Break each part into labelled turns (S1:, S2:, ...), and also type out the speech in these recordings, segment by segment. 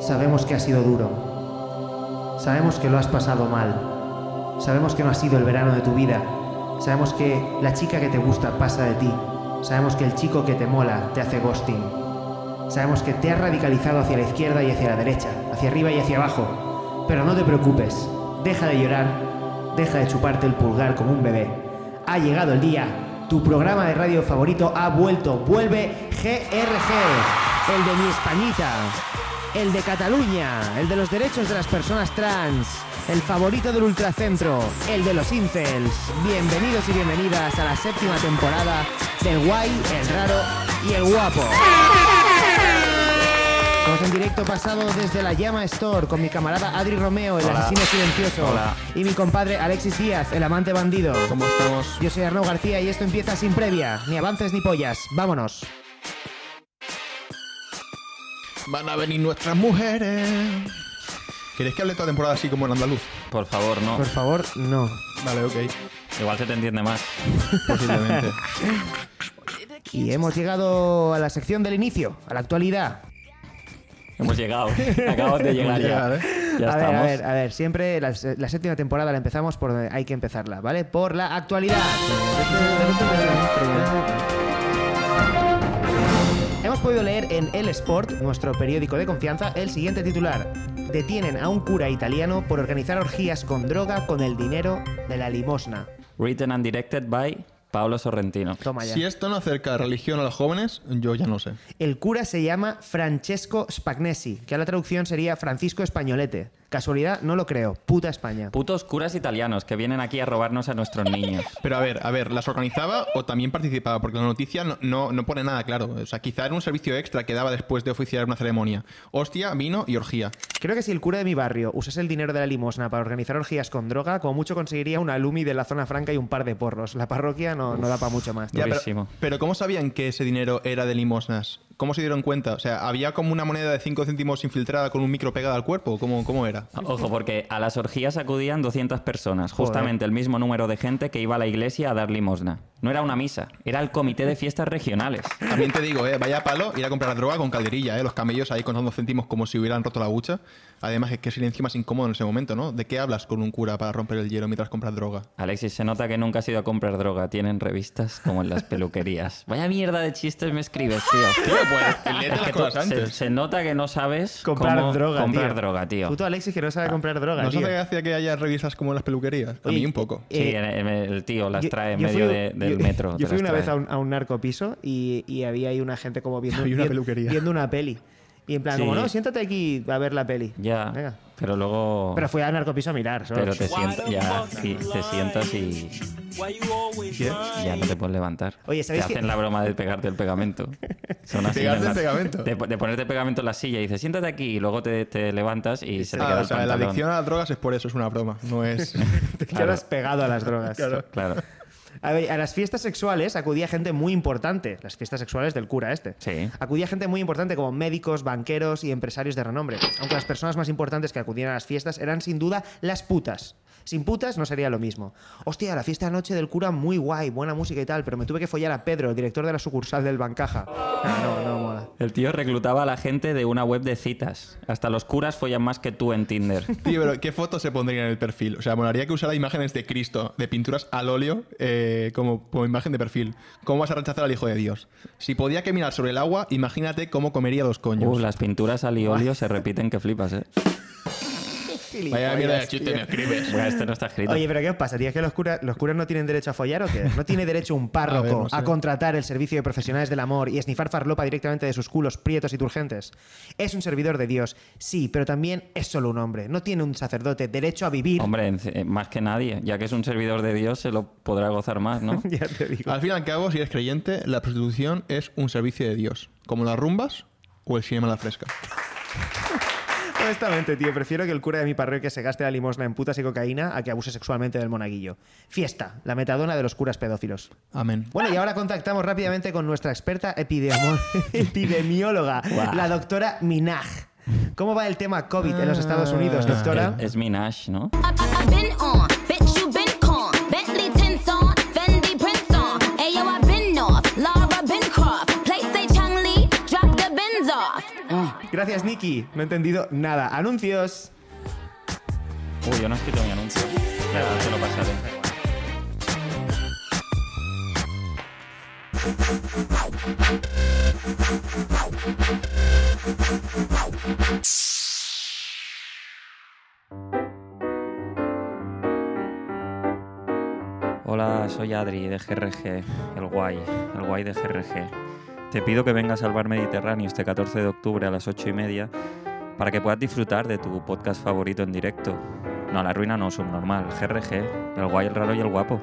S1: Sabemos que ha sido duro. Sabemos que lo has pasado mal. Sabemos que no ha sido el verano de tu vida. Sabemos que la chica que te gusta pasa de ti. Sabemos que el chico que te mola te hace ghosting. Sabemos que te has radicalizado hacia la izquierda y hacia la derecha, hacia arriba y hacia abajo. Pero no te preocupes. Deja de llorar. Deja de chuparte el pulgar como un bebé. Ha llegado el día. Tu programa de radio favorito ha vuelto. Vuelve GRG. El de mi españita el de Cataluña, el de los derechos de las personas trans, el favorito del ultracentro, el de los incels. Bienvenidos y bienvenidas a la séptima temporada del guay, el raro y el guapo. Estamos en directo pasado desde la Llama Store con mi camarada Adri Romeo, el
S2: Hola.
S1: asesino silencioso,
S2: Hola.
S1: y mi compadre Alexis Díaz, el amante bandido.
S2: ¿Cómo estamos?
S1: Yo soy Arnaud García y esto empieza sin previa, ni avances ni pollas. Vámonos.
S3: Van a venir nuestras mujeres. ¿Queréis que hable esta temporada así como en andaluz?
S2: Por favor, no.
S1: Por favor, no.
S3: Vale, ok.
S2: Igual se te entiende más.
S3: Posiblemente.
S1: Y hemos llegado a la sección del inicio, a la actualidad.
S2: Hemos llegado. Acabamos de llegar
S3: Hemos llegado,
S2: ya.
S3: ¿eh?
S2: Ya
S1: a
S2: estamos.
S1: ver, a ver, a ver, siempre la, se- la séptima temporada la empezamos por donde hay que empezarla, ¿vale? Por la actualidad. Hemos podido leer en El Sport, nuestro periódico de confianza, el siguiente titular. Detienen a un cura italiano por organizar orgías con droga con el dinero de la limosna.
S2: Written and directed by Pablo Sorrentino.
S1: Toma ya.
S3: Si esto no acerca religión a los jóvenes, yo ya no sé.
S1: El cura se llama Francesco Spagnesi, que a la traducción sería Francisco Españolete. Casualidad, no lo creo. Puta España.
S2: Putos curas italianos que vienen aquí a robarnos a nuestros niños.
S3: Pero a ver, a ver, ¿las organizaba o también participaba? Porque la noticia no, no, no pone nada claro. O sea, quizá era un servicio extra que daba después de oficiar una ceremonia. Hostia, vino y orgía.
S1: Creo que si el cura de mi barrio usase el dinero de la limosna para organizar orgías con droga, como mucho conseguiría una lumi de la zona franca y un par de porros. La parroquia no, no da para mucho más.
S2: Ya,
S3: pero,
S2: Durísimo.
S3: pero ¿cómo sabían que ese dinero era de limosnas? ¿Cómo se dieron cuenta? O sea, ¿había como una moneda de 5 céntimos infiltrada con un micro pegada al cuerpo? ¿Cómo, cómo era?
S2: Ojo, porque a las orgías acudían 200 personas,
S1: Joder.
S2: justamente el mismo número de gente que iba a la iglesia a dar limosna. No era una misa, era el comité de fiestas regionales.
S3: También te digo, eh, vaya palo ir a comprar droga con calderilla, eh, los camellos ahí contando céntimos como si hubieran roto la hucha. Además, es que silencio más incómodo en ese momento, ¿no? ¿De qué hablas con un cura para romper el hielo mientras compras droga?
S2: Alexis, se nota que nunca has ido a comprar droga. Tienen revistas como en las peluquerías. Vaya mierda de chistes me escribes, tío.
S3: Tío, pues léete
S2: Es
S3: las
S2: que tú-
S3: cosas
S2: se,
S3: antes.
S2: se nota que no sabes
S1: Comprar
S2: cómo
S1: droga,
S2: comprar
S1: tío.
S2: droga, tío. Ah,
S1: Puto Alexis que no sabe comprar droga,
S3: ¿No os
S1: tío.
S3: hace gracia que haya revisas como en las peluquerías? A
S1: Oye,
S3: mí un poco.
S2: Sí,
S1: Eh,
S2: el, el- el tío las
S1: Yo-
S2: trae en
S1: yo
S2: medio
S1: fui-
S2: de- del
S1: yo-
S2: metro.
S1: Yo
S2: te
S1: fui
S2: las
S1: una vez a
S2: trae.
S1: un, a un narcopiso y, y había ahí una gente como viendo,
S3: Había una
S1: vien-
S3: peluquería.
S1: viendo una peli. Y en plan,
S2: Sí.
S1: como no, siéntate aquí a ver la peli.
S2: Ya,
S1: Venga.
S2: pero luego...
S1: Pero fui al narcopiso a mirar. solo.
S2: Pero te sientas, ya, sí, te sientas y ya no te puedes levantar.
S1: Oye, ¿sabéis
S2: te
S1: que-
S2: hacen la broma de pegarte el pegamento. Son así
S3: Pegarte
S2: de
S3: el
S2: las-
S3: pegamento.
S2: De, de ponerte pegamento en la silla y dices, siéntate aquí y luego te, te levantas
S1: Este
S2: y se te queda
S3: Ah, o
S2: el
S3: sea, la
S2: pantalón.
S3: adicción a las drogas es por eso, es una broma. No es.
S1: Te quedas pegado a las drogas.
S2: Claro,
S1: A, ver, a las fiestas sexuales acudía gente muy importante, las fiestas sexuales del cura este.
S2: Sí.
S1: Acudía gente muy importante como médicos, banqueros y empresarios de renombre. Aunque las personas más importantes que acudían a las fiestas eran sin duda las putas. Sin putas no sería lo mismo. Hostia, la fiesta de noche del cura muy guay, buena música y tal, pero me tuve que follar a Pedro, el director de la sucursal del Bancaja. Ah, No, no, no mola.
S2: El tío reclutaba a la gente de una web de citas. Hasta los curas follan más que tú en Tinder.
S3: Tío, pero ¿qué fotos se pondrían en el perfil? O sea, molaría que usara imágenes de Cristo, de pinturas al óleo, eh, como, como imagen de perfil. ¿Cómo vas a rechazar al Hijo de Dios? Si podía caminar sobre el agua, imagínate cómo comería los coños.
S2: Uh, las pinturas al óleo se repiten que flipas, ¿eh?
S3: Vaya mierda de
S1: Gilipollas,
S3: chiste
S1: tío.
S3: me escribes.
S2: Bueno, este no está escrito.
S1: Oye, pero ¿qué os pasa? tío? ¿Es que los, cura- los curas no tienen derecho a follar o qué? ¿No tiene derecho un párroco a,
S3: A ver, no sé.
S1: contratar el servicio de profesionales del amor y esnifar farlopa directamente de sus culos prietos y turgentes? Es un servidor de Dios, sí, pero también es solo un hombre. No tiene un sacerdote derecho a vivir.
S2: Hombre, en- eh, más que nadie. Ya que es un servidor de Dios, se lo podrá gozar más, ¿no?
S1: Ya te digo.
S3: Al fin y al cabo, si eres creyente, la prostitución es un servicio de Dios. Como las rumbas o el cinema a la fresca.
S1: Honestamente, tío, prefiero que el cura de mi parroquia se gaste la limosna en putas y cocaína a que abuse sexualmente del monaguillo. Fiesta, la metadona de los curas pedófilos.
S3: Amén.
S1: Bueno, y ahora contactamos rápidamente con nuestra experta epidemo- epidemióloga,
S2: Guau.
S1: la doctora Minaj. ¿Cómo va el tema COVID en los Estados Unidos,
S3: Ah,
S1: doctora?
S3: eh,
S2: Es, es Minash, ¿no?
S4: I- I- I've been on, bitch, you been con. Bentley tints on, Fendi prints on. Ayo,
S3: eh.
S4: I've been off, Laura Bincroft. Play say Chung Lee, drop the bins off. Mm.
S1: Gracias, Nicky. No he entendido nada. Anuncios.
S2: Uy, yo no he escrito mi anuncio. Nada, se lo pasaré. Da igual. Hola, soy Adri de GRG, el guay, el guay de GRG. Te pido que vengas al Bar Mediterráneo este 14 de octubre a las 8 y media para que puedas disfrutar de tu podcast favorito en directo. No, la ruina no, subnormal, GRG, el guay, el raro y el guapo.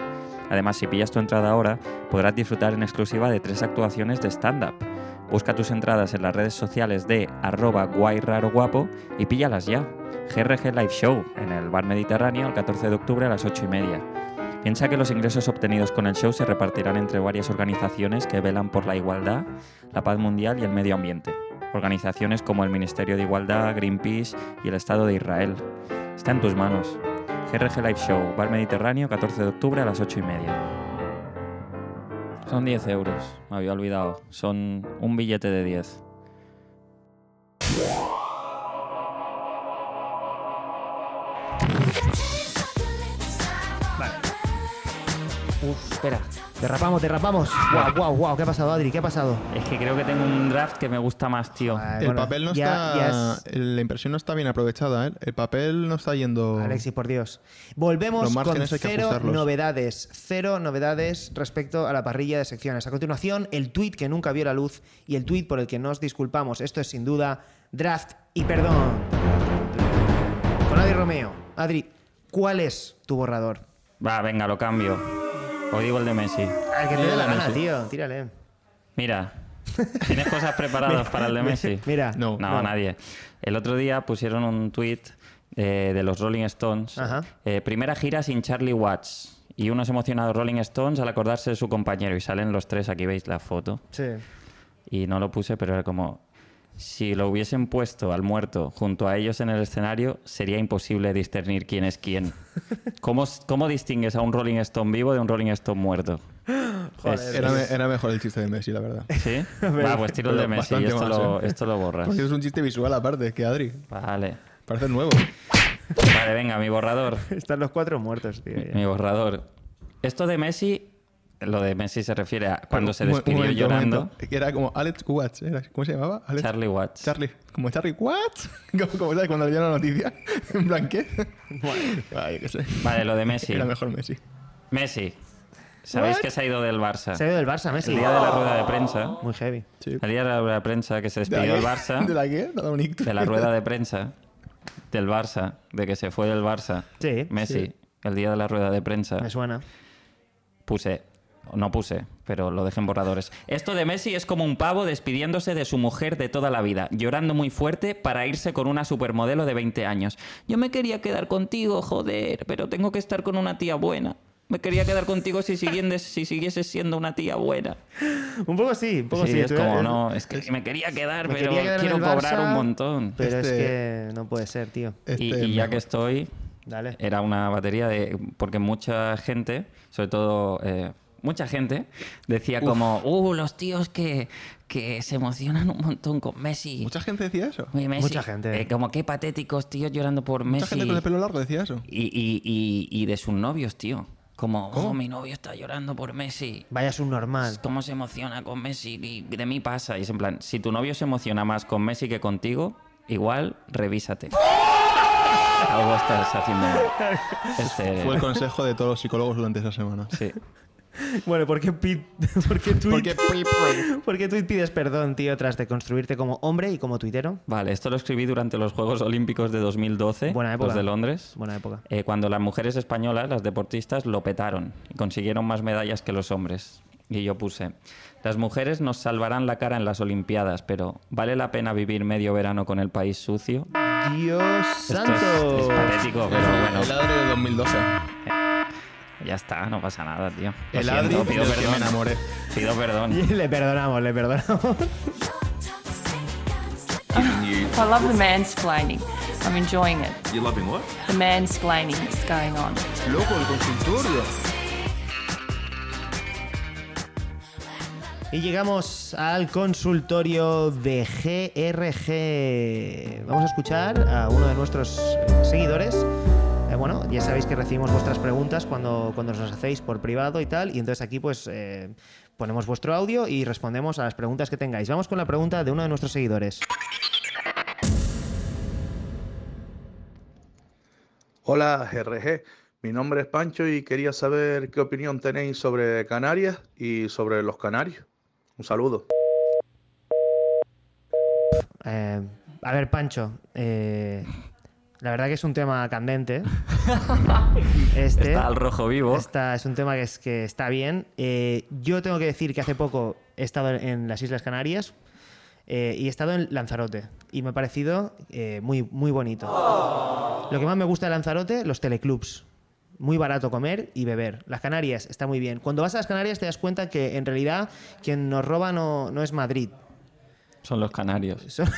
S2: Además, si pillas tu entrada ahora, podrás disfrutar en exclusiva de tres actuaciones de stand-up. Busca tus entradas en las redes sociales de arroba guay raro guapo y píllalas ya. GRG Live Show en el Bar Mediterráneo el 14 de octubre a las 8 y media. Piensa que los ingresos obtenidos con el show se repartirán entre varias organizaciones que velan por la igualdad, la paz mundial y el medio ambiente. Organizaciones como el Ministerio de Igualdad, Greenpeace y el Estado de Israel. Está en tus manos. GRG Live Show, Bar Mediterráneo, 14 de octubre a las 8 y media. Son 10 euros, me había olvidado. Son un billete de 10.
S1: Uf, espera. Derrapamos, derrapamos. Guau, guau, guau. ¿Qué ha pasado, Adri? ¿Qué ha pasado?
S2: Es que creo que tengo un draft que me gusta más, tío.
S1: Ah,
S3: El
S1: bueno,
S3: papel no
S1: ya- ya
S3: está.
S1: es-
S3: La impresión no está bien aprovechada, ¿eh? El papel no está yendo.
S1: Alexis, por Dios.
S3: Los
S1: Volvemos con
S3: márgenes hay que
S1: cero
S3: ajustarlos.
S1: novedades. Cero novedades respecto a la parrilla de secciones. A continuación, el tuit que nunca vio la luz y el tuit por el que nos disculpamos. Esto es sin duda draft y perdón. Con Adri Romeo. Adri, ¿cuál es tu borrador?
S2: Va, venga, lo cambio. O digo el de Messi.
S1: Al que te dé la
S3: Tírale,
S1: gana,
S3: Messi.
S1: tío. Tírale.
S2: Mira, ¿tienes cosas preparadas para el de Messi?
S1: Mira.
S3: No.
S2: No, nadie. El otro día pusieron un tweet de los Rolling Stones.
S1: Ajá.
S2: Eh, primera gira sin Charlie Watts. Y unos emocionados Rolling Stones al acordarse de su compañero. Y salen los tres, aquí veis la foto.
S1: Sí.
S2: Y no lo puse, pero era como... Si lo hubiesen puesto al muerto junto a ellos en el escenario, sería imposible discernir quién es quién. ¿Cómo, cómo distingues a un Rolling Stone vivo de un Rolling Stone muerto? Es-
S3: Era, me- era mejor el chiste de Messi, la verdad.
S2: ¿Sí? Va, pues tiro el de
S3: Pero
S2: Messi y
S3: bastante
S2: esto,
S3: más,
S2: lo,
S3: ¿eh?
S2: esto lo borras.
S3: Porque es un chiste visual aparte, que Adri.
S2: Vale.
S3: Parece nuevo.
S2: Vale, venga, mi borrador.
S1: Están los cuatro muertos, tío. ya.
S2: Mi borrador. Esto de Messi, lo de Messi se refiere a cuando se
S3: Un mo-
S2: despidió
S3: un momento, un
S2: llorando.
S3: momento. Que Era como Alex Watts. era- ¿Cómo se llamaba? Alex-
S2: Charlie Watts.
S3: Charlie. Como Charlie Watts. Como, como, ¿sabes? cuando leyeron la noticia. En plan, ¿qué? Ay, yo qué sé.
S2: Vale, lo de Messi.
S3: Era mejor Messi.
S2: Messi. ¿Sabéis
S1: What?
S2: que se ha ido del Barça?
S1: Se ha ido del Barça, Messi.
S2: El día de la rueda de prensa.
S1: Muy heavy.
S3: Sí.
S2: El día de la rueda de prensa que se despidió el
S3: qué?
S2: Barça.
S3: ¿De la qué? Te ha dado un ictus.
S2: de la rueda de prensa del Barça, de que se fue del Barça.
S1: Sí,
S2: Messi, el día de la rueda de prensa.
S1: Me suena.
S2: puse, no puse, pero lo dejé en borradores. Esto de Messi es como un pavo despidiéndose de su mujer de toda la vida, llorando muy fuerte para irse con una supermodelo de 20 años. Yo me quería quedar contigo, joder, pero tengo que estar con una tía buena. Me quería quedar contigo si, siguiendes- si siguieses siendo una tía buena.
S1: Un poco sí, un poco sí.
S2: Sí, es
S1: Tú-
S2: como,
S1: eh,
S2: no, es que me quería quedar,
S1: me
S2: pero
S1: quería quedar en
S2: quiero
S1: el
S2: cobrar
S1: Barça,
S2: un montón.
S1: Pero
S3: Este-
S1: es que no puede ser, tío.
S3: Este
S2: y, y ya
S3: mejor.
S2: que estoy,
S1: Dale.
S2: era una batería de. Porque mucha gente, sobre todo. eh, Mucha gente decía como, uh, los tíos que, que se emocionan un montón con Messi.
S3: Mucha gente decía eso.
S2: Uy, Messi,
S1: Mucha gente.
S2: eh, como qué patéticos, tíos llorando por
S3: Mucha
S2: Messi.
S3: gente con el pelo largo decía eso.
S2: y, y- y- y de sus novios, tío. Como, oh, mi novio está llorando por Messi.
S1: Vaya subnormal.
S2: ¿Cómo se emociona con Messi? Y de mí pasa. Y es en plan, si tu novio se emociona más con Messi que contigo, igual revísate. Algo estás haciendo mal. Este,
S3: Fue el consejo de todos los psicólogos durante esa semana.
S2: sí.
S1: Bueno, ¿por qué, pi- por qué tweet,
S3: Porque pip, pip.
S1: por qué tweet pides perdón, tío, tras de construirte como hombre y como tuitero?
S2: Vale, esto lo escribí durante los Juegos Olímpicos de 2012,
S1: Buena época.
S2: los de Londres.
S1: Buena época.
S2: eh, cuando las mujeres españolas, las deportistas, lo petaron y consiguieron más medallas que los hombres. Y yo puse, las mujeres nos salvarán la cara en las Olimpiadas, pero ¿vale la pena vivir medio verano con el país sucio?
S1: Dios
S2: Esto es-
S1: santo.
S2: es patético, pero bueno.
S3: El Adri de 2012.
S2: Ya está, no pasa nada, tío. Lo
S3: El
S2: siento,
S3: Adri
S2: pido
S3: del que
S2: perdón.
S3: me enamoré.
S2: Pido perdón.
S1: le perdonamos, le perdonamos.
S5: I love the mansplaining. I'm enjoying it.
S6: You're loving what?
S5: The mansplaining that's going on.
S3: Loco, el consultorio.
S1: Y llegamos al consultorio de GRG. Vamos a escuchar a uno de nuestros eh, seguidores. Eh, bueno, ya sabéis que recibimos vuestras preguntas cuando, cuando nos las hacéis por privado y tal. Y entonces aquí pues eh, ponemos vuestro audio y respondemos a las preguntas que tengáis. Vamos con la pregunta de uno de nuestros seguidores.
S7: Hola RG, mi nombre es Pancho y quería saber qué opinión tenéis sobre Canarias y sobre los canarios. Un saludo.
S1: Eh, a ver, Pancho. eh, la verdad que es un tema candente. Este.
S2: Está al rojo vivo.
S1: Esta es un tema que, es, que está bien. Eh, yo tengo que decir que hace poco he estado en las Islas Canarias eh, y he estado en Lanzarote. Y me ha parecido eh, muy, muy bonito. Lo que más me gusta de Lanzarote, los teleclubs. Muy barato comer y beber. Las Canarias está muy bien. Cuando vas a las Canarias te das cuenta que en realidad quien nos roba no, no es Madrid.
S2: Son los canarios.
S1: Son,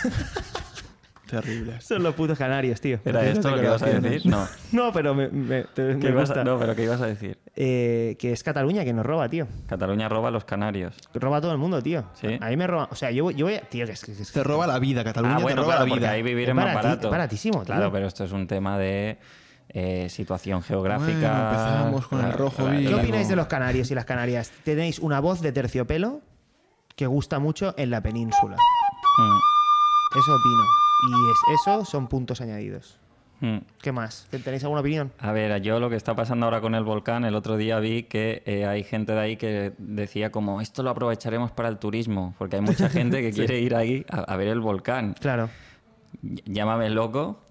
S3: Terrible.
S1: son los putos canarios, tío.
S2: ¿Era esto lo que ibas a decir? No.
S1: No, pero me, me- te-
S2: ¿Qué
S1: me
S2: ibas a-
S1: gusta.
S2: no, pero ¿qué ibas a decir?
S1: Eh, que es Cataluña quien nos roba, tío.
S2: Cataluña roba a los canarios.
S1: Roba a todo el mundo, tío.
S2: Sí.
S1: A mí me roba. O sea, yo, voy- yo voy a. Tío, que es que. que es-
S3: Te roba la vida, Cataluña
S2: ah,
S3: te
S2: bueno,
S3: roba
S2: claro,
S3: la
S2: porque
S3: vida.
S2: ahí vivir
S1: Es
S2: es, más
S1: barati-
S2: barato.
S1: baratísimo, tío.
S2: Claro, pero esto es un tema de eh, situación geográfica.
S3: Bueno, empezamos con el rojo vivo.
S1: ¿Qué
S3: Claro.
S1: opináis de los canarios y las canarias? Tenéis una voz de terciopelo que gusta mucho en la península.
S2: Mm,
S1: Eso opino. Y es, eso son puntos añadidos.
S2: mm.
S1: ¿Qué más? ¿Tenéis alguna opinión?
S2: A ver, yo lo que está pasando ahora con el volcán, el otro día vi que eh, hay gente de ahí que decía como, esto lo aprovecharemos para el turismo, porque hay mucha gente que quiere ir ahí a, a ver el volcán.
S1: Claro.
S2: Ll- Llámame loco,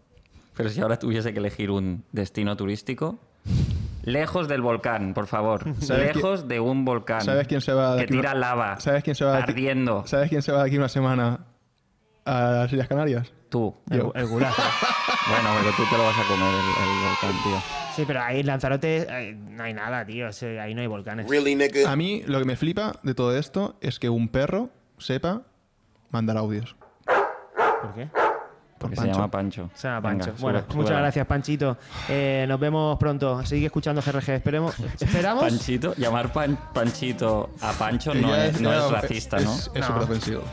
S2: pero si ahora tuviese que elegir un destino turístico, lejos del volcán, por favor.
S3: ¿Sabes
S2: Lejos de un volcán.
S3: ¿Sabes quién se va de
S2: Que
S3: aquí una-
S2: tira lava.
S3: ¿Sabes quién se va de aquí-
S2: Ardiendo.
S3: ¿Sabes quién se va de aquí una semana a las Islas Canarias?
S2: Tú.
S1: El, el gulazo.
S2: Bueno, pero tú te lo vas a comer el, el volcán, tío.
S1: Sí, pero ahí en Lanzarote eh, no hay nada, tío. O sea, ahí no hay volcanes.
S8: Really, nigga?
S3: A mí lo que me flipa de todo esto es que un perro sepa mandar audios.
S1: ¿Por qué?
S3: Por
S2: Porque se
S3: Pancho.
S2: llama Pancho.
S1: Se llama
S2: Venga,
S1: Pancho.
S2: sube,
S1: bueno, muchas
S2: súbela.
S1: gracias, Panchito. Eh, nos vemos pronto. Sigue escuchando GRG. Esperemos, esperamos.
S2: Panchito, llamar pan- Panchito a Pancho no
S3: Ya
S2: es, no
S3: ya
S2: es racista, ¿no?
S3: Es, es
S1: No.
S3: súper ofensivo.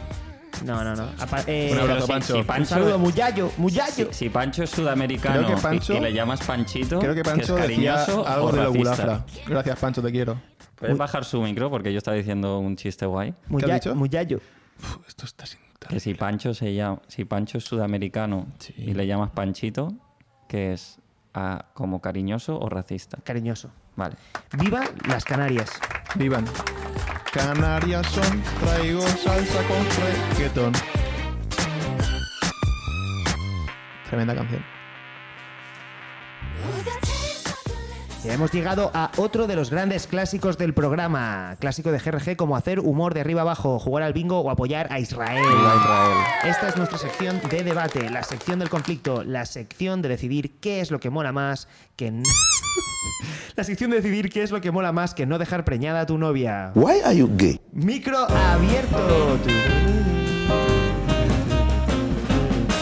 S1: No, no, no. Apa- eh,
S3: Un abrazo,
S2: Pero si-
S3: Pancho. eh.
S2: si
S3: Un
S1: Un
S2: Pancho-
S1: saludo, Muyayo,
S2: Si,
S1: Muyayo.
S2: si Pancho es sudamericano
S3: Creo que Pancho-
S2: y, y le llamas Panchito,
S3: Creo que Pancho
S2: es
S3: decía
S2: cariñoso
S3: algo
S2: o
S3: de la
S2: racista.
S3: gulafra. Gracias, Pancho, te quiero.
S2: Puedes bajar su micro porque yo estaba diciendo un chiste guay.
S3: ¿Qué
S1: Muya-
S3: has dicho?
S1: Muyayo.
S3: Uf, esto está sin...
S2: Que si Pancho se llama, si Pancho es sudamericano y le llamas Panchito, que es ah, como cariñoso o racista.
S1: Cariñoso.
S2: Vale.
S1: Viva las Canarias.
S3: Vivan. Canarias son, traigo salsa con reggaetón. Tremenda canción.
S1: Ya hemos llegado a otro de los grandes clásicos del programa. Clásico de GRG como hacer humor de arriba abajo, jugar al bingo o apoyar a Israel. Esta es nuestra sección de debate, la sección del conflicto, la sección de decidir qué es lo que mola más que... n- la sección de decidir qué es lo que mola más que no dejar preñada a tu novia.
S8: Why are you gay?
S1: Micro abierto.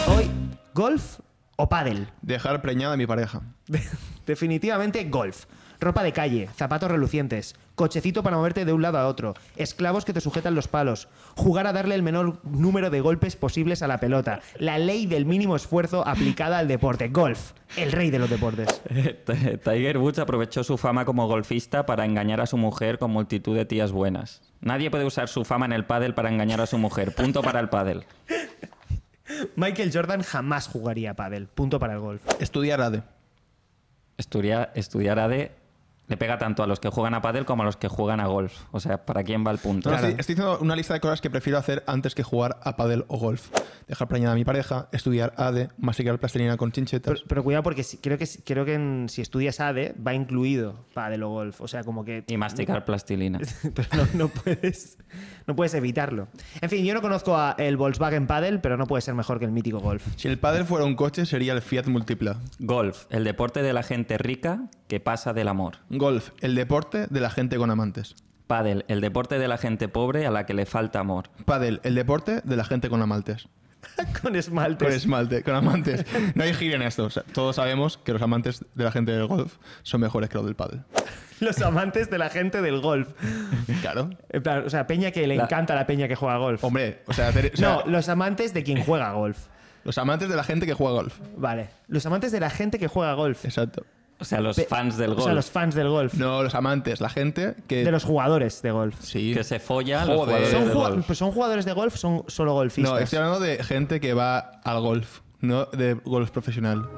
S1: Hoy, golf o pádel.
S3: Dejar preñada a mi pareja.
S1: Definitivamente golf. Ropa de calle, zapatos relucientes, cochecito para moverte de un lado a otro, esclavos que te sujetan los palos, jugar a darle el menor número de golpes posibles a la pelota, la ley del mínimo esfuerzo aplicada al deporte. Golf, el rey de los deportes.
S2: T- Tiger Woods aprovechó su fama como golfista para engañar a su mujer con multitud de tías buenas. Nadie puede usar su fama en el pádel para engañar a su mujer. Punto para el pádel.
S1: Michael Jordan jamás jugaría a pádel. Punto para el golf.
S3: Estudiar E. ADE.
S2: Estudia- estudiar AD le pega tanto a los que juegan a pádel como a los que juegan a golf. O sea, ¿para quién va el punto?
S3: No, estoy, estoy haciendo una lista de cosas que prefiero hacer antes que jugar a padel o golf. Dejar preñada a mi pareja, estudiar ADE, masticar plastilina con
S1: Pero,
S3: chinchetas.
S1: pero cuidado porque si- creo que, si- creo que en- si estudias ADE va incluido pádel o golf. O sea, como que...
S2: Y masticar plastilina.
S1: pero no, no puedes no puedes evitarlo. En fin, yo no conozco a el Volkswagen Paddle, pero no puede ser mejor que el mítico Golf.
S3: Si el padel fuera un coche, sería el Fiat Multipla.
S2: Golf, el deporte de la gente rica que pasa del amor.
S3: Golf, el deporte de la gente con amantes.
S2: Pádel, el deporte de la gente pobre a la que le falta amor.
S3: Padel, el deporte de la gente con amantes.
S1: Con esmaltes.
S3: Con esmalte, con amantes. No hay giro en esto. O sea, todos sabemos que los amantes de la gente del golf son mejores que los del pádel.
S1: los amantes de la gente del golf.
S3: Claro.
S1: En plan, o sea, peña que le
S2: La-
S1: encanta la peña que juega golf.
S3: Hombre, o sea, hacer- o sea,
S1: no, los amantes de quien juega golf.
S3: los amantes de la gente que juega golf.
S1: Vale. Los amantes de la gente que juega golf.
S3: Exacto.
S2: O sea, los
S1: Pe-
S2: fans del
S1: O
S2: golf.
S1: sea, los fans del golf.
S3: No, eh, los amantes, la gente que.
S1: De los jugadores de golf.
S3: Sí.
S2: Que se folla a los
S3: Joder.
S2: jugadores
S1: ¿Son,
S2: de
S1: jua-
S2: golf.
S1: pues son jugadores de golf, son solo golfistas.
S3: No, estoy hablando de gente que va al golf, no de golf profesional.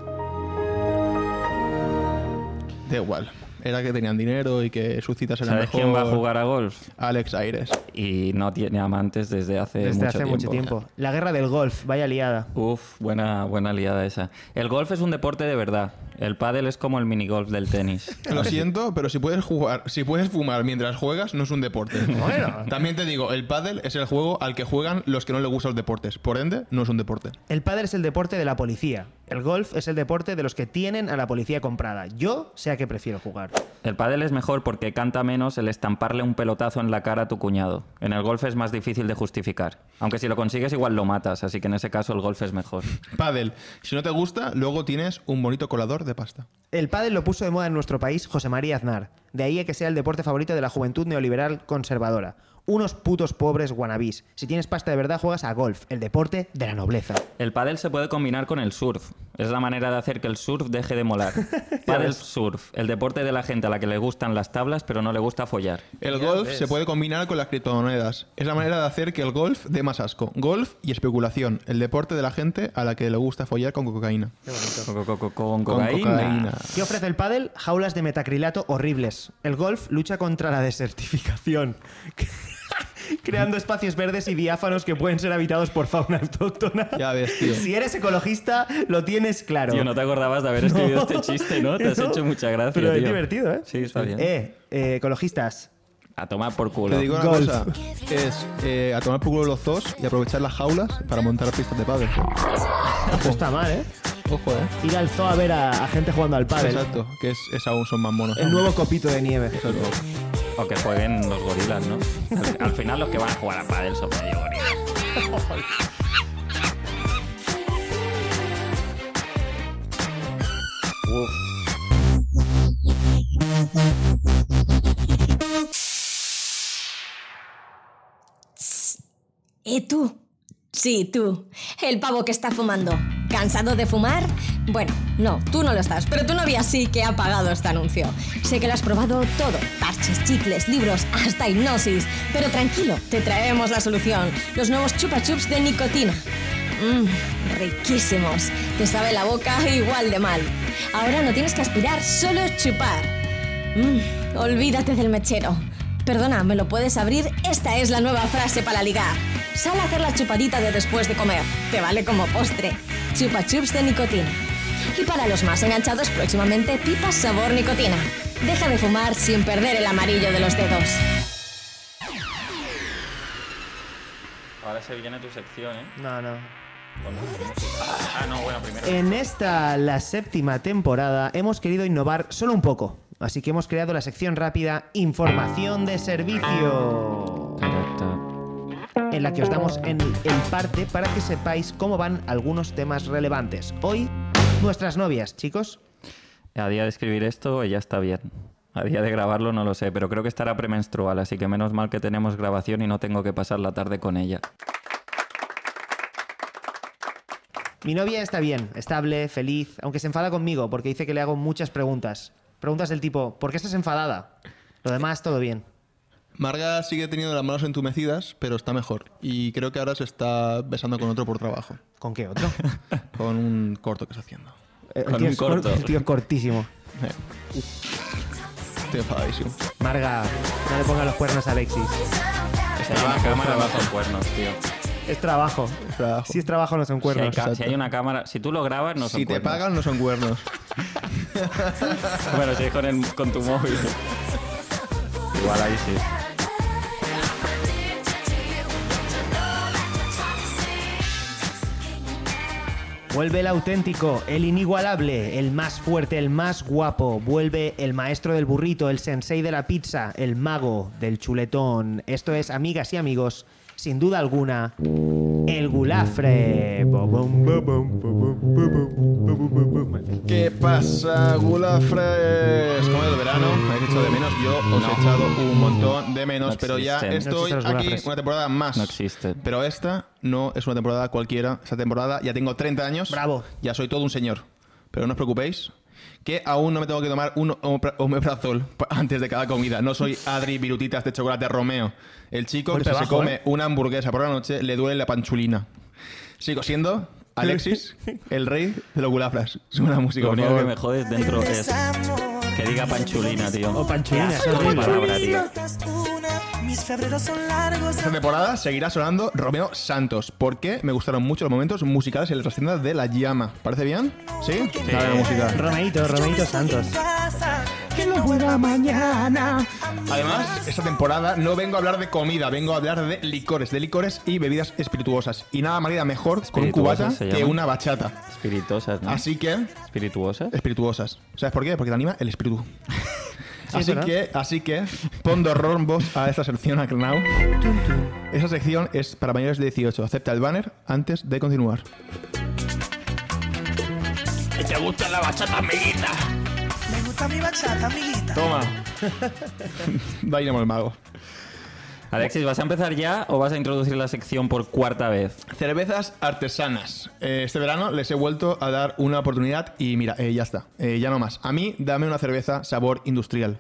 S3: Da igual. Era que tenían dinero y que sus citas eran
S2: ¿Sabes
S3: mejor.
S2: quién va a jugar a golf?
S3: Alex Aires.
S2: Y no tiene amantes desde hace
S1: Desde
S2: mucho
S1: hace
S2: tiempo.
S1: mucho tiempo. La guerra del golf, vaya liada.
S2: Uf, buena, buena liada esa. El golf es un deporte de verdad. El pádel es como el minigolf del tenis.
S3: Lo siento, pero si puedes jugar, si puedes fumar mientras juegas, no es un deporte.
S1: Bueno.
S3: También te digo, el pádel es el juego al que juegan los que no les gustan los deportes. Por ende, no es un deporte.
S1: El padre es el deporte de la policía. El golf es el deporte de los que tienen a la policía comprada. Yo sé a qué prefiero jugar.
S2: El pádel es mejor porque canta menos el estamparle un pelotazo en la cara a tu cuñado. En el golf es más difícil de justificar. Aunque si lo consigues igual lo matas, así que en ese caso el golf es mejor.
S3: Pádel, si no te gusta, luego tienes un bonito colador de pasta.
S1: El pádel lo puso de moda en nuestro país José María Aznar. De ahí a que sea el deporte favorito de la juventud neoliberal conservadora. Unos putos pobres guanabís. Si tienes pasta de verdad, juegas a golf, el deporte de la nobleza.
S2: El pádel se puede combinar con el surf. Es la manera de hacer que el surf deje de molar. Pádel surf, el deporte de la gente a la que le gustan las tablas pero no le gusta follar.
S3: El golf se puede combinar con las criptomonedas. Es la manera de hacer que el golf dé más asco. Golf y especulación. El deporte de la gente a la que le gusta follar con cocaína.
S2: Co- co- co- Con
S3: Con
S2: cocaína.
S3: cocaína.
S1: ¿Qué ofrece el pádel? Jaulas de metacrilato horribles. El golf lucha contra la desertificación, creando espacios verdes y diáfanos que pueden ser habitados por fauna autóctona.
S3: Ya ves, tío.
S1: Si eres ecologista, lo tienes claro.
S2: Tío, no te acordabas de haber escribido este chiste, ¿no? Te has
S1: No,
S2: hecho mucha gracia.
S1: Pero es
S2: tío.
S1: divertido, ¿eh?
S2: Sí, está bien.
S1: Eh, eh, ecologistas.
S2: A tomar por
S3: Te
S2: culo.
S3: digo una
S1: Golf.
S3: cosa. Es eh, a tomar por culo los dos y aprovechar las jaulas para montar pistas de pádel.
S1: Eso está mal, ¿eh?
S3: Ojo, eh.
S1: Ir al zoo a ver a, a gente jugando al pádel.
S3: Exacto. Que es, es aún son más monos.
S1: El nuevo copito de nieve.
S3: Exacto.
S2: O que jueguen los gorilas, ¿no? Al, al final los que van a jugar a pádel son medio gorilas.
S4: ¿Eh, tú? Sí, tú. El pavo que está fumando. ¿Cansado de fumar? Bueno, no, tú no lo estás, pero tu novia sí que ha pagado este anuncio. Sé que lo has probado todo. Parches, chicles, libros, hasta hipnosis. Pero tranquilo, te traemos la solución. Los nuevos chupa chups de nicotina. Mmm, riquísimos. Te sabe la boca igual de mal. Ahora no tienes que aspirar, solo chupar. Mm, olvídate del mechero. Perdona, ¿me lo puedes abrir? Esta es la nueva frase para ligar. Sal a hacer la chupadita de después de comer. Te vale como postre. Chupa chups de nicotina. Y para los más enganchados, próximamente pipas sabor nicotina. Deja de fumar sin perder el amarillo de los dedos.
S2: Ahora se viene tu sección, ¿eh?
S1: No, no.
S2: Ah, no, bueno, primero.
S1: En esta, la séptima temporada, hemos querido innovar solo un poco. Así que hemos creado la sección rápida Información de Servicio. en la que os damos en el parte para que sepáis cómo van algunos temas relevantes. Hoy, nuestras novias, chicos.
S2: A día de escribir esto, ella está bien. A día de grabarlo no lo sé, pero creo que estará premenstrual, así que menos mal que tenemos grabación y no tengo que pasar la tarde con ella.
S1: Mi novia está bien, estable, feliz, aunque se enfada conmigo porque dice que le hago muchas preguntas. Preguntas del tipo, ¿por qué estás enfadada? Lo demás, todo bien.
S3: Marga sigue teniendo las manos entumecidas, pero está mejor. Y creo que ahora se está besando con otro por trabajo.
S1: ¿Con qué otro?
S3: Con un corto que está haciendo.
S1: Eh, El
S2: Con
S1: tío
S2: un
S1: es cor-
S2: corto.
S1: el tío es cortísimo.
S3: Eh. Estoy enfadadísimo.
S1: Marga, no le ponga los cuernos a Alexis.
S2: Si hay una cámara, bajo cuernos, tío.
S1: Es trabajo.
S3: Trabajo.
S1: Si es trabajo, no son
S2: Si hay,
S1: cuernos.
S2: ca- si
S3: exacto.
S2: hay una cámara, si tú lo grabas, no son
S3: si te
S2: cuernos.
S3: pagan, no son cuernos.
S2: Bueno, si es con, el- con tu móvil. Igual ahí sí.
S1: Vuelve el auténtico, el inigualable, el más fuerte, el más guapo. Vuelve el maestro del burrito, el sensei de la pizza, el mago del chuletón. Esto es, amigas y amigos, sin duda alguna, el gulafre. Bum, bum, bum, bum, bum, bum, bum, bum, bum, bum, bum.
S3: ¿Qué pasa, Gulafres? Como el verano, me habéis hecho de menos. Yo os he echado un montón de menos,
S2: No
S3: pero ya
S2: existen. No
S3: estoy
S1: existen los
S3: aquí
S1: Gulafres.
S3: una temporada más.
S2: No existe.
S3: Pero esta no es una temporada cualquiera. Esta temporada ya tengo 30 años.
S1: Bravo.
S3: Ya soy todo un señor. Pero no os preocupéis, que aún no me tengo que tomar un omepra- omeprazol pa- antes de cada comida. No soy Adri Virutitas de chocolate Romeo. El chico
S1: Golpe
S3: que se
S1: bajo,
S3: come
S1: ¿eh?
S3: una hamburguesa por la noche le duele la panchulina. Sigo siendo Alexis, el rey de los gulafras. Sube la música,
S2: Lo
S3: por
S2: único que
S3: favor.
S2: me jodes dentro es que diga panchulina, tío.
S1: O panchulina,
S2: Qué
S1: es
S2: asco de
S1: horrible.
S2: palabra, tío.
S3: Esta temporada seguirá sonando Romeo Santos, porque me gustaron mucho los momentos musicales en la trascienda de La Llama. ¿Parece bien? ¿Sí? Dale la música.
S1: Romeito, Romeito Santos.
S3: Además, esta temporada no vengo a hablar de comida, vengo a hablar de licores, de licores y bebidas espirituosas. Y nada marida mejor con un
S2: Espirituosas
S3: cubata
S2: se
S3: que
S2: llaman.
S3: una bachata.
S2: Espiritosas, ¿no?
S3: Así que,
S2: Espirituosas.
S3: espirituosas. ¿Sabes por qué? Porque te anima el espíritu. así,
S1: ¿verdad?
S3: que, así que, pondo rombos a esta sección Acnau. Esa sección es para mayores de 18. Acepta el banner antes de continuar.
S2: ¿Te gusta la bachata, amiguita?
S3: Toma. Bailamos el mago.
S2: Alexis, ¿vas a empezar ya o vas a introducir la sección por cuarta vez?
S3: Cervezas artesanas. Eh, este verano les he vuelto a dar una oportunidad y mira, eh, ya está. Eh, ya no más. A mí, dame una cerveza sabor industrial.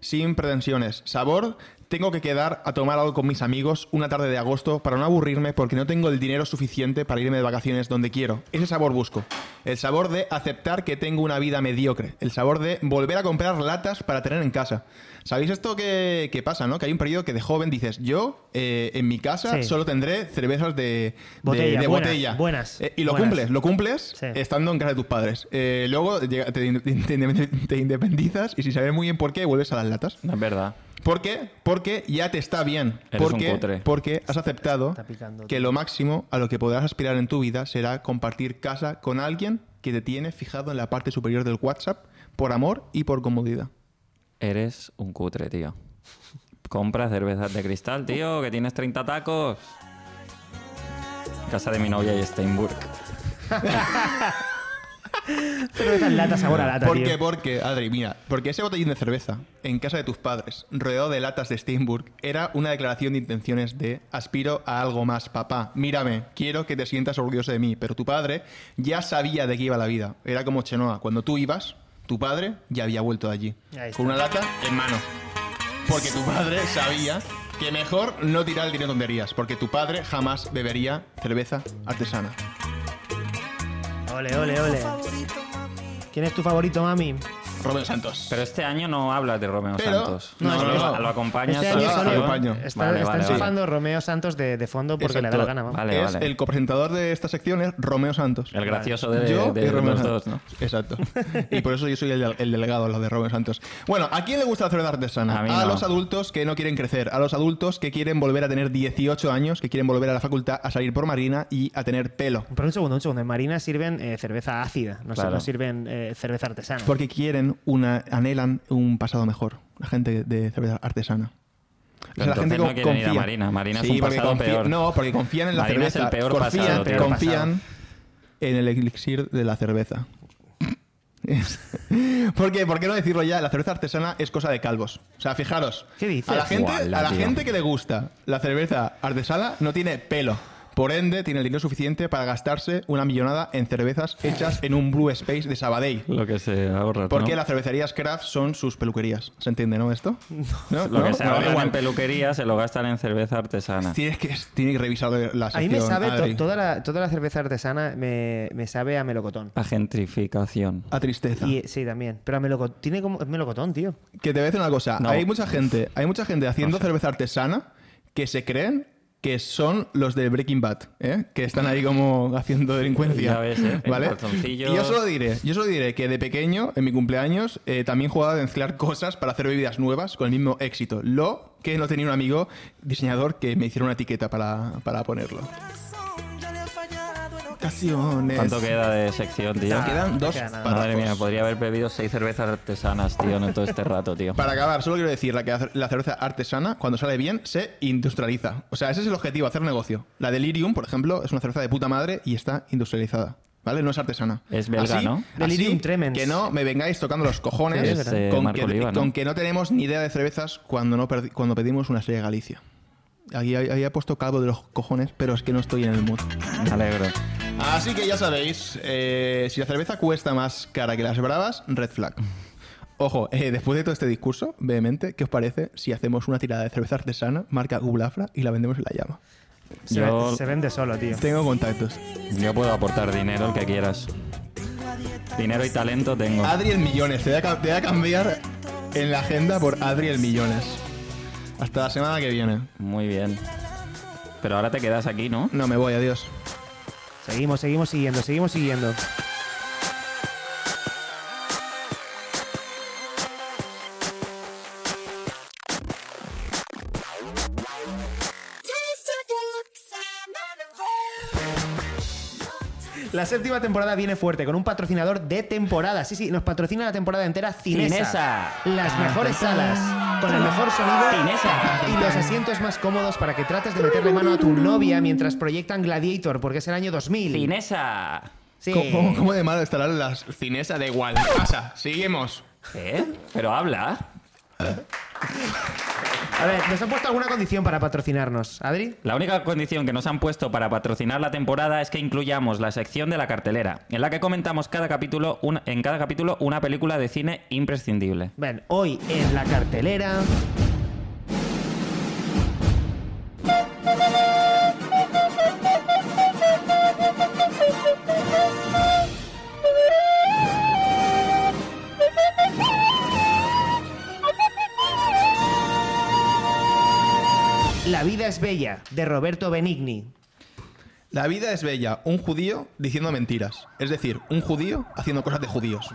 S3: Sin pretensiones. Sabor, tengo que quedar a tomar algo con mis amigos una tarde de agosto para no aburrirme porque no tengo el dinero suficiente para irme de vacaciones donde quiero. Ese sabor busco. El sabor de aceptar que tengo una vida mediocre. El sabor de volver a comprar latas para tener en casa. ¿Sabéis esto que, que pasa, no? Que hay un periodo que de joven dices, yo eh, en mi casa
S1: Sí.
S3: solo tendré cervezas de,
S1: Botella,
S3: de, de
S1: buenas,
S3: botella.
S1: buenas,
S3: Eh, y lo
S1: buenas.
S3: cumples, lo cumples
S1: Sí.
S3: estando en casa de tus padres. Eh, luego llega- te, in- te in- te independizas y sin saber muy bien por qué vuelves a las latas.
S2: No es verdad.
S3: ¿Por qué? Porque ya te está bien.
S2: Eres
S3: porque,
S2: un cutre.
S3: porque has aceptado
S1: Está picando,
S3: que
S1: tío.
S3: lo máximo a lo que podrás aspirar en tu vida será compartir casa con alguien que te tiene fijado en la parte superior del WhatsApp por amor y por comodidad.
S2: Eres un cutre, tío. Compra cervezas de cristal, tío, que tienes 30 tacos. Casa de mi novia y Steinburg.
S1: Cerveza en lata, sabor a lata,
S3: ¿Por
S1: tío.
S3: qué? Porque, Adri, mira, porque ese botellín de cerveza en casa de tus padres, rodeado de latas de Steinburg, era una declaración de intenciones de aspiro a algo más, papá. Mírame, quiero que te sientas orgulloso de mí. Pero tu padre ya sabía de qué iba la vida. Era como Chenoa. Cuando tú ibas, tu padre ya había vuelto de allí.
S1: Ahí está.
S3: Con una lata en mano. Porque tu padre sabía que mejor no tirar el dinero en tonterías. Porque tu padre jamás bebería cerveza artesana.
S1: Ole, ole, ole. ¿Quién es tu favorito, mami?
S3: Robin Santos.
S2: Pero este año no hablas de Romeo
S3: Pero-
S2: Santos.
S3: no, no, no.
S2: Lo acompañas
S1: Este
S2: a
S1: año
S2: la
S1: solo
S3: acompaño.
S2: sección.
S1: está,
S2: Vale,
S1: está
S2: vale, vale.
S1: enchufando Romeo Santos de, de fondo porque le da la
S3: Exacto.
S1: gana, vamos.
S2: Vale,
S3: es
S2: vale.
S3: el copresentador de esta sección es Romeo Santos.
S2: El gracioso de,
S3: yo
S2: de
S3: y Romeo
S2: los
S3: Santos.
S2: dos, ¿no?
S3: Exacto. Y por eso yo soy el, del- el delegado, lo de Romeo Santos. Bueno, ¿a quién le gusta la cerveza artesana?
S2: A mí no.
S3: los adultos que no quieren crecer, a los adultos que quieren volver a tener 18 años, que quieren volver a la facultad, a salir por marina y a tener pelo.
S1: Pero un segundo, un segundo. En Marina sirven eh, cerveza ácida, no, se-
S2: Claro.
S1: no sirven eh, cerveza artesana.
S3: Porque quieren, una, anhelan un pasado mejor. La gente de cerveza artesana. O sea, la
S2: Entonces
S3: gente
S2: no
S3: co-
S2: quieren ir a Marina. Marina es un
S3: porque
S2: pasado
S3: confía-
S2: peor.
S3: No, porque confían en la
S2: Marina es
S3: cerveza.
S2: el peor
S3: confían,
S2: pasado, tío.
S3: confían en el elixir de la cerveza. ¿Por qué? ¿Por qué no decirlo ya? La cerveza artesana es cosa de calvos. O sea, fijaros.
S1: ¿Qué dices?
S3: A la gente,
S2: Guala,
S3: a la
S2: tío.
S3: gente que le gusta la cerveza artesana no tiene pelo. Por ende, tiene el dinero suficiente para gastarse una millonada en cervezas hechas en un Blue Space de Sabadell.
S2: Lo que se ahorra.
S3: Porque las cervecerías craft son sus peluquerías. ¿Se entiende, no? Esto. ¿No?
S2: Lo
S3: ¿No?
S2: que se
S3: No,
S2: ahorran
S3: igual.
S2: en peluquería se lo gastan en cerveza artesana.
S3: Tienes que, tienes que revisar la
S1: a mí
S3: sección.
S1: me sabe, to-
S3: Adri.
S1: toda, la, toda la cerveza artesana me, me sabe a melocotón.
S2: La gentrificación.
S3: A tristeza.
S1: Y, eh, sí, también. Pero a melocotón, tiene como, es melocotón, tío.
S3: Que te voy a decir una cosa.
S2: No.
S3: Hay mucha gente, hay mucha gente haciendo cerveza artesana que se creen que son los de Breaking Bad, ¿eh? que están ahí como haciendo delincuencia.
S2: Ya ves, ¿eh? En
S3: ¿Vale? Y
S2: calzoncillos.
S3: yo solo diré, yo solo diré que de pequeño, en mi cumpleaños, eh, también jugaba a mezclar cosas para hacer bebidas nuevas con el mismo éxito. Lo que no tenía un amigo diseñador que me hiciera una etiqueta para, para ponerlo. vacaciones.
S2: ¿Cuánto queda de sección, tío?
S3: Te quedan dos
S1: queda nada.
S3: párrafos.
S2: Madre mía, podría haber bebido seis cervezas artesanas, tío, en todo este rato, tío.
S3: Para acabar, solo quiero decir la que hace- la cerveza artesana, cuando sale bien, se industrializa. O sea, ese es el objetivo, hacer negocio. La Delirium, por ejemplo, es una cerveza de puta madre y está industrializada. ¿Vale? No es artesana.
S2: Es belga, ¿no?
S1: Delirium
S3: así
S1: Tremens.
S3: Que no me vengáis tocando los cojones
S2: Sí, es, eh,
S3: con,
S2: Marco
S3: que,
S2: Oliva, ¿no?
S3: con que no tenemos ni idea de cervezas cuando, no perdi- cuando pedimos una estrella Galicia. Ahí había puesto calvo de los cojones, pero es que no estoy en el mood.
S2: Me alegro.
S3: Así que ya sabéis, eh, si la cerveza cuesta más cara que las bravas, red flag. Ojo, eh, después de todo este discurso, vehemente, ¿qué os parece si hacemos una tirada de cerveza artesana, marca Gublafra, y la vendemos en la llama?
S1: Se,
S2: Yo-
S1: ve- se vende solo, tío.
S3: Tengo contactos.
S2: Yo puedo aportar dinero, el que quieras. Dinero y talento tengo.
S3: Adriel Millones, te voy, a, ca- te voy a cambiar en la agenda por Adriel Millones. Hasta la semana que viene.
S2: Muy bien. Pero ahora te quedas aquí, ¿no?
S3: No, me voy, adiós.
S1: Seguimos, seguimos siguiendo, seguimos siguiendo. La séptima temporada viene fuerte con un patrocinador de temporada. Sí, sí, nos patrocina la temporada entera Cinesa.
S2: Cinesa.
S1: Las mejores salas, con el mejor sonido
S2: Cinesa.
S1: y los asientos más cómodos para que trates de meterle mano a tu novia mientras proyectan Gladiator, porque es el año 2000.
S2: ¡Cinesa!
S1: Sí.
S3: ¿Cómo, cómo de malo estará la cinesa de igual? Pasa, seguimos.
S2: ¿Qué? ¿Eh? Pero habla.
S1: A ver, nos han puesto alguna condición para patrocinarnos. ¿Adri?
S2: La única condición que nos han puesto para patrocinar la temporada es que incluyamos la sección de la cartelera, en la que comentamos cada capítulo una- en cada capítulo una película de cine imprescindible.
S1: Ven, hoy en la cartelera. La vida es bella, de Roberto Benigni.
S3: La vida es bella, un judío diciendo mentiras. Es decir, un judío haciendo cosas de judíos.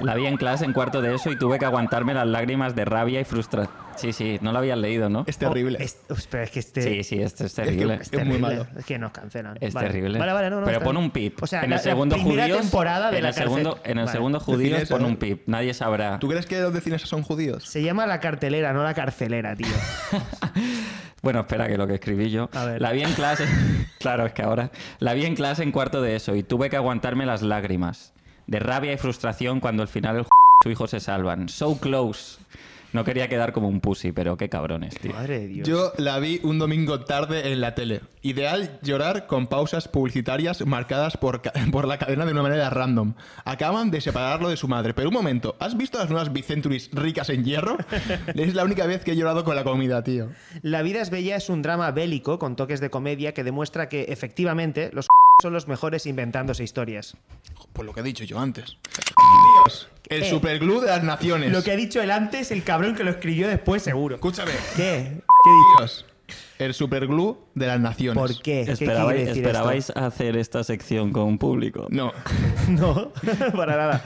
S2: La vi en clase en cuarto de eso y tuve que aguantarme las lágrimas de rabia y frustración. Sí, sí, no lo habías leído, ¿no?
S3: Es terrible.
S1: Oh, es- uf, pero es que este.
S2: Sí, sí, esto es terrible.
S3: Es muy
S1: terrible.
S3: malo.
S1: Es que nos cancelan.
S2: Es
S1: Vale.
S2: terrible.
S1: Vale, vale, no, no,
S2: Pero
S1: está
S2: pon
S1: bien.
S2: un pip.
S1: O sea,
S2: en
S1: la,
S2: el segundo
S1: la primera
S2: judíos,
S1: temporada de
S2: en
S1: la
S2: el
S1: cárcel.
S2: segundo, en el
S1: Vale.
S2: segundo judíos
S3: Define
S2: pon
S3: eso.
S2: un pip. Nadie sabrá.
S3: ¿Tú crees que los de cinesas son judíos?
S1: Se llama la cartelera, no la carcelera, tío.
S2: Bueno, espera, que lo que escribí yo.
S1: A ver.
S2: La vi en clase. claro, es que ahora. La vi en clase en cuarto de eso y tuve que aguantarme las lágrimas. De rabia y frustración cuando al final el su hijo se salvan. So close. No quería quedar como un pussy, pero qué cabrones, tío.
S1: Madre de Dios.
S3: Yo la vi un domingo tarde en la tele. Ideal llorar con pausas publicitarias marcadas por, ca- por la cadena de una manera random. Acaban de separarlo de su madre. Pero un momento, ¿has visto las nuevas Bicenturis ricas en hierro? es la única vez que he llorado con la comida, tío.
S1: La vida es bella es un drama bélico con toques de comedia que demuestra que efectivamente los son los mejores inventándose historias.
S3: Por lo que he dicho yo antes. El superglue de las naciones.
S1: Eh. Lo que ha dicho él antes, el cabrón que lo escribió después, seguro. ¿Qué?
S3: Escúchame.
S1: ¿Qué
S3: Dios. El superglue de las naciones.
S1: ¿Por qué? ¿Qué
S2: ¿Esperabais,
S1: quiere decir
S2: esperabais hacer esta sección con un público?
S3: No.
S1: esto? No, para nada.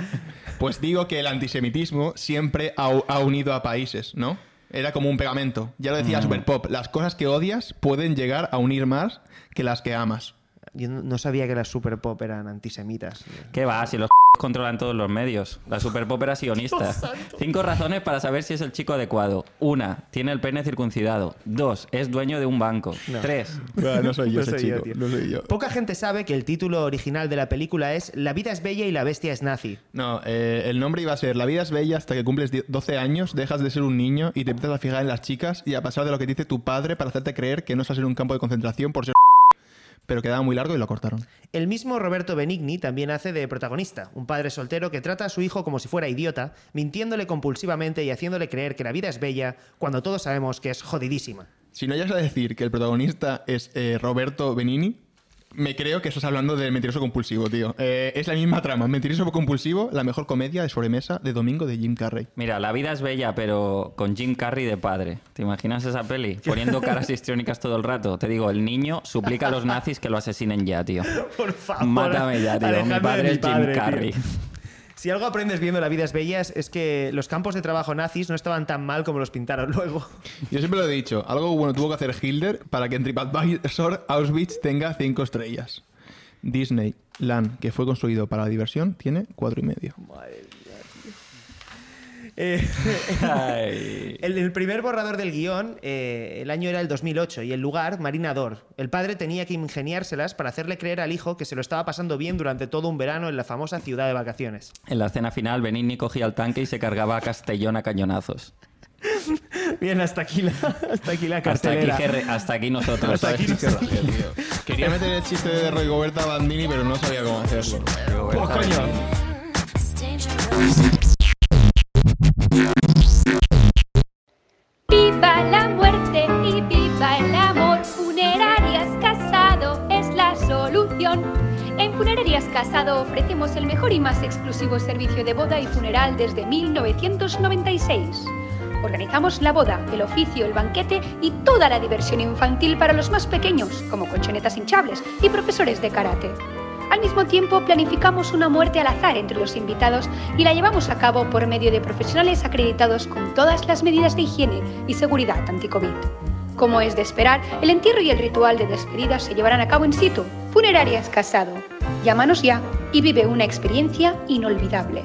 S3: Pues digo que el antisemitismo siempre ha, ha unido a países, ¿no? Era como un pegamento. Ya lo decía Superpop, las cosas que odias pueden llegar a unir más que las que amas.
S1: Yo no- no sabía que las super pop eran antisemitas.
S2: ¿Qué va? Si los controlan todos los medios. La superpop era sionista. Cinco razones para saber si es el chico adecuado. Una, tiene el pene circuncidado. Dos, es dueño de un banco. Tres,
S3: no soy
S1: No
S3: yo ese
S1: soy yo,
S3: chico,
S1: tío.
S3: no soy yo.
S1: Poca gente sabe que el título original de la película es La vida es bella y la bestia es nazi.
S3: No, eh, el nombre iba a ser La vida es bella hasta que cumples 10 12 años, dejas de ser un niño y te empiezas a fijar en las chicas y a pasar de lo que dice tu padre para hacerte creer que no estás en un campo de concentración por ser... Pero quedaba muy largo y lo cortaron.
S1: El mismo Roberto Benigni también hace de protagonista, un padre soltero que trata a su hijo como si fuera idiota, mintiéndole compulsivamente y haciéndole creer que la vida es bella cuando todos sabemos que es jodidísima.
S3: Si no llegas a decir que el protagonista es eh, Roberto Benini, me creo que estás hablando del mentiroso compulsivo, tío. Eh, es la misma trama. Mentiroso compulsivo, la mejor comedia de sobremesa de domingo de Jim Carrey.
S2: Mira, la vida es bella, pero con Jim Carrey de padre. ¿Te imaginas esa peli? Poniendo caras histriónicas todo el rato. Te digo, el niño suplica a los nazis que lo asesinen ya, tío.
S1: Por favor.
S2: Mátame ya, tío.
S1: alejadme
S2: Mi
S1: de
S2: padre
S1: mi
S2: es Jim
S1: padre, tío.
S2: Carrey.
S1: Si algo aprendes viendo La vida es bella es- es que los campos de trabajo nazis no estaban tan mal como los pintaron luego.
S3: Yo siempre lo he dicho, algo bueno tuvo que hacer Hitler para que en TripAdvisor Auschwitz tenga cinco estrellas. Disney Land, que fue construido para la diversión, tiene cuatro y medio.
S1: Eh,
S2: Ay.
S1: el, el primer borrador del guión, eh, el año era el 2008 y el lugar, Marinador. El padre tenía que ingeniárselas para hacerle creer al hijo que se lo estaba pasando bien durante todo un verano en la famosa ciudad de vacaciones.
S2: En la escena final, Benigni cogía el tanque y se cargaba a Castellón a cañonazos.
S1: Bien, hasta aquí la, hasta aquí la
S2: Hasta aquí,
S1: cartelera.
S2: GR hasta aquí nosotros.
S3: Hasta
S2: ¿sabes?
S3: aquí nos- Quería meter el chiste de Rigoberta Bandini, pero no sabía cómo hacerlo. ¡Oh, coño!
S9: Viva la muerte y viva el amor. Funerarias Casado es la solución. En Funerarias Casado ofrecemos el mejor y más exclusivo servicio de boda y funeral desde 1996. Organizamos la boda, el oficio, el banquete y toda la diversión infantil para los más pequeños, como colchonetas hinchables y profesores de karate. Al mismo tiempo, planificamos una muerte al azar entre los invitados y la llevamos a cabo por medio de profesionales acreditados con todas las medidas de higiene y seguridad anticovid. Como es de esperar, el entierro y el ritual de despedida se llevarán a cabo en situ. Funerarias Casado. Llámanos ya y vive una experiencia inolvidable.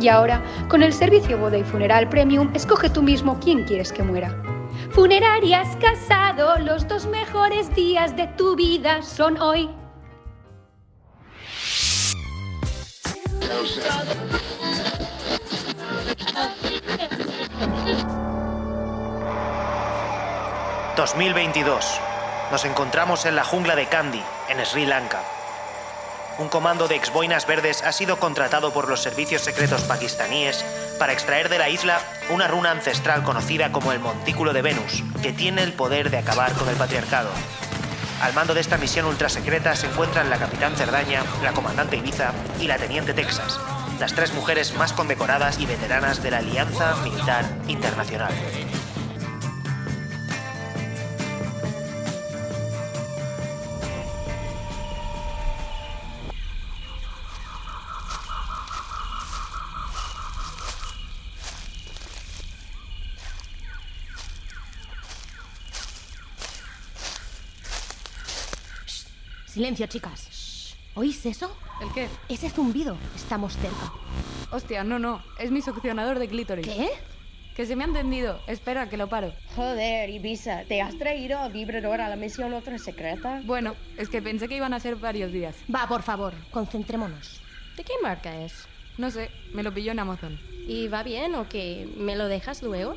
S9: Y ahora, con el servicio Boda y Funeral Premium, escoge tú mismo quién quieres que muera. Funerarias Casado, los dos mejores días de tu vida son hoy.
S1: Claro. 2022. Nos encontramos en la jungla de Kandy, en Sri Lanka. Un comando de exboinas verdes ha sido contratado por los servicios secretos pakistaníes para extraer de la isla una runa ancestral conocida como el Montículo de Venus, que tiene el poder de acabar con el patriarcado. Al mando de esta misión ultrasecreta se encuentran la capitán Cerdaña, la comandante Ibiza y la teniente Texas, las tres mujeres más condecoradas y veteranas de la Alianza Militar Internacional.
S4: Silencio, chicas. Shh. ¿Oís eso?
S5: ¿El qué?
S4: Ese zumbido. Estamos cerca.
S5: Hostia, no, no. Es mi succionador de clítoris.
S4: ¿Qué?
S5: Que se me ha entendido. Espera, que lo paro.
S10: Joder, Ibiza, ¿te has traído el vibrador a la misión otra secreta?
S5: Bueno, es que pensé que iban a ser varios días.
S4: Va, por favor, concentrémonos.
S10: ¿De qué marca es?
S5: No sé, me lo pilló en Amazon.
S10: ¿Y va bien o qué? ¿Me lo dejas luego?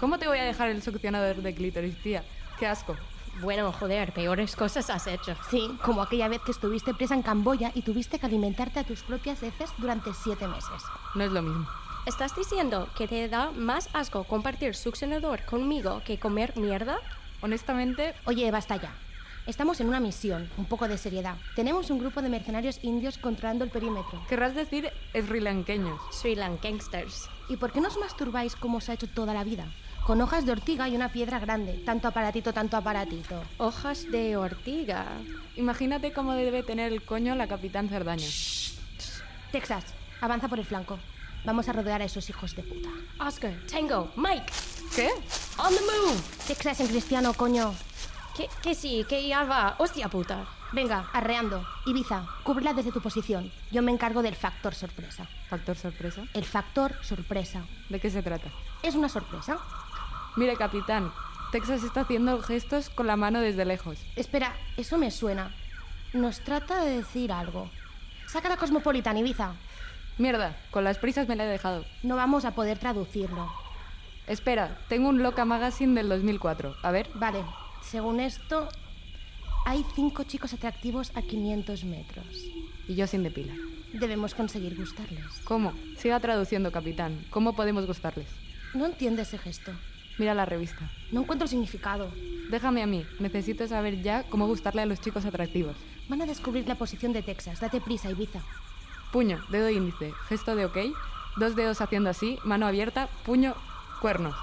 S5: ¿Cómo te voy a dejar el succionador de clítoris, tía? Qué asco.
S10: Bueno, joder, peores cosas has hecho.
S4: Sí, como aquella vez que estuviste presa en Camboya y tuviste que alimentarte a tus propias heces durante siete meses.
S5: No es lo mismo.
S10: ¿Estás diciendo que te da más asco compartir succionador conmigo que comer mierda?
S5: Honestamente,
S4: Oye, basta ya. Estamos en una misión, un poco de seriedad. Tenemos un grupo de mercenarios indios controlando el perímetro.
S5: querrás decir srilanqueños.
S10: Sri Lankangsters.
S4: ¿Y por qué nos masturbáis como os ha hecho toda la vida? Con hojas de ortiga y una piedra grande. Tanto aparatito, tanto aparatito.
S10: Hojas de ortiga.
S5: Imagínate cómo debe tener el coño la capitán Cerdaña.
S4: Texas, avanza por el flanco. Vamos a rodear a esos hijos de puta.
S10: Oscar, Tango, Mike,
S5: ¿Qué?
S10: on the move.
S4: Texas en cristiano, coño.
S10: Que, que sí, que ya va. Hostia puta.
S4: Venga, arreando. Ibiza, cúbrela desde tu posición. Yo me encargo del factor sorpresa.
S5: Factor sorpresa.
S4: El factor sorpresa.
S5: ¿De qué se trata?
S4: ¿Es una sorpresa?
S5: Mire, capitán, Texas está haciendo gestos con la mano desde lejos.
S4: Espera, eso me suena. Nos trata de decir algo. Saca la Cosmopolitan, Ibiza.
S5: Mierda, con las prisas me la he dejado.
S4: No vamos a poder traducirlo.
S5: Espera, tengo un Loca Magazine del 2004. A ver,
S4: Vale, según esto, hay cinco chicos atractivos a 500 metros.
S5: y yo sin depilar.
S4: Debemos conseguir gustarles.
S5: ¿Cómo? Siga traduciendo, capitán. ¿Cómo podemos gustarles?
S4: No entiendo ese gesto.
S5: Mira la revista.
S4: No encuentro el significado.
S5: Déjame a mí. Necesito saber ya cómo gustarle a los chicos atractivos.
S4: Van a descubrir la posición de Texas. Date prisa, Ibiza.
S5: Puño, dedo índice, gesto de ok, dos dedos haciendo así, mano abierta, puño, cuernos.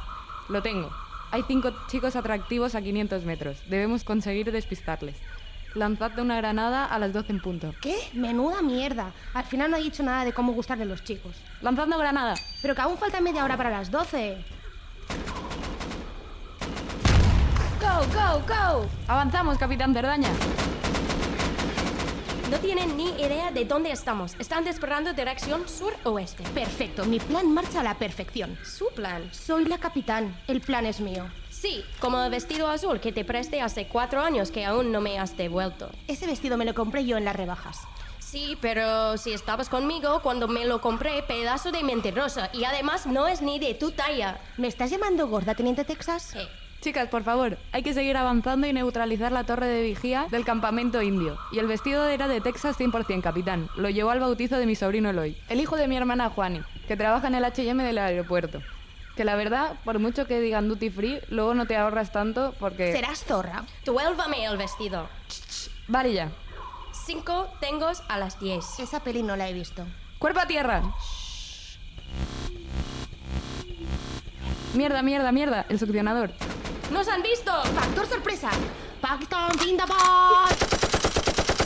S5: Lo tengo. Hay cinco chicos atractivos a 500 metros. Debemos conseguir despistarles. Lanzad de una granada a las 12 en punto.
S4: ¿Qué? Menuda mierda. Al final no he dicho nada de cómo gustarle a los chicos.
S5: ¡Lanzadme granada!
S4: Pero que aún falta media hora para las 12.
S10: Go, go, go.
S5: ¡Avanzamos, Capitán Cerdaña!
S10: No tienen ni idea de dónde estamos. Están disparando dirección sur-oeste.
S4: Perfecto, mi plan marcha a la perfección.
S10: Su plan.
S4: Soy la capitán, el plan es mío.
S10: Sí, como el vestido azul que te presté hace cuatro años que aún no me has devuelto.
S4: Ese vestido me lo compré yo en las rebajas.
S10: Sí, pero si estabas conmigo cuando me lo compré, pedazo de mentirosa. Y además no es ni de tu talla.
S4: ¿Me estás llamando gorda, teniente Texas?
S10: Eh,
S5: Chicas, por favor, hay que seguir avanzando y neutralizar la torre de vigía del campamento indio. Y el vestido era de Texas 100%, capitán. Lo llevó al bautizo de mi sobrino Eloy, el hijo de mi hermana Juani, que trabaja en el HM del aeropuerto. Que la verdad, por mucho que digan duty free, luego no te ahorras tanto porque...
S4: Serás zorra.
S10: devuélvame el vestido.
S5: Vale ya.
S10: Cinco tengos a las diez.
S4: Esa peli no la he visto.
S5: ¡Cuerpo a tierra! Mierda, mierda, mierda. El succionador.
S10: ¡Nos han visto!
S4: ¡Factor sorpresa! ¡Pacton Tindabot!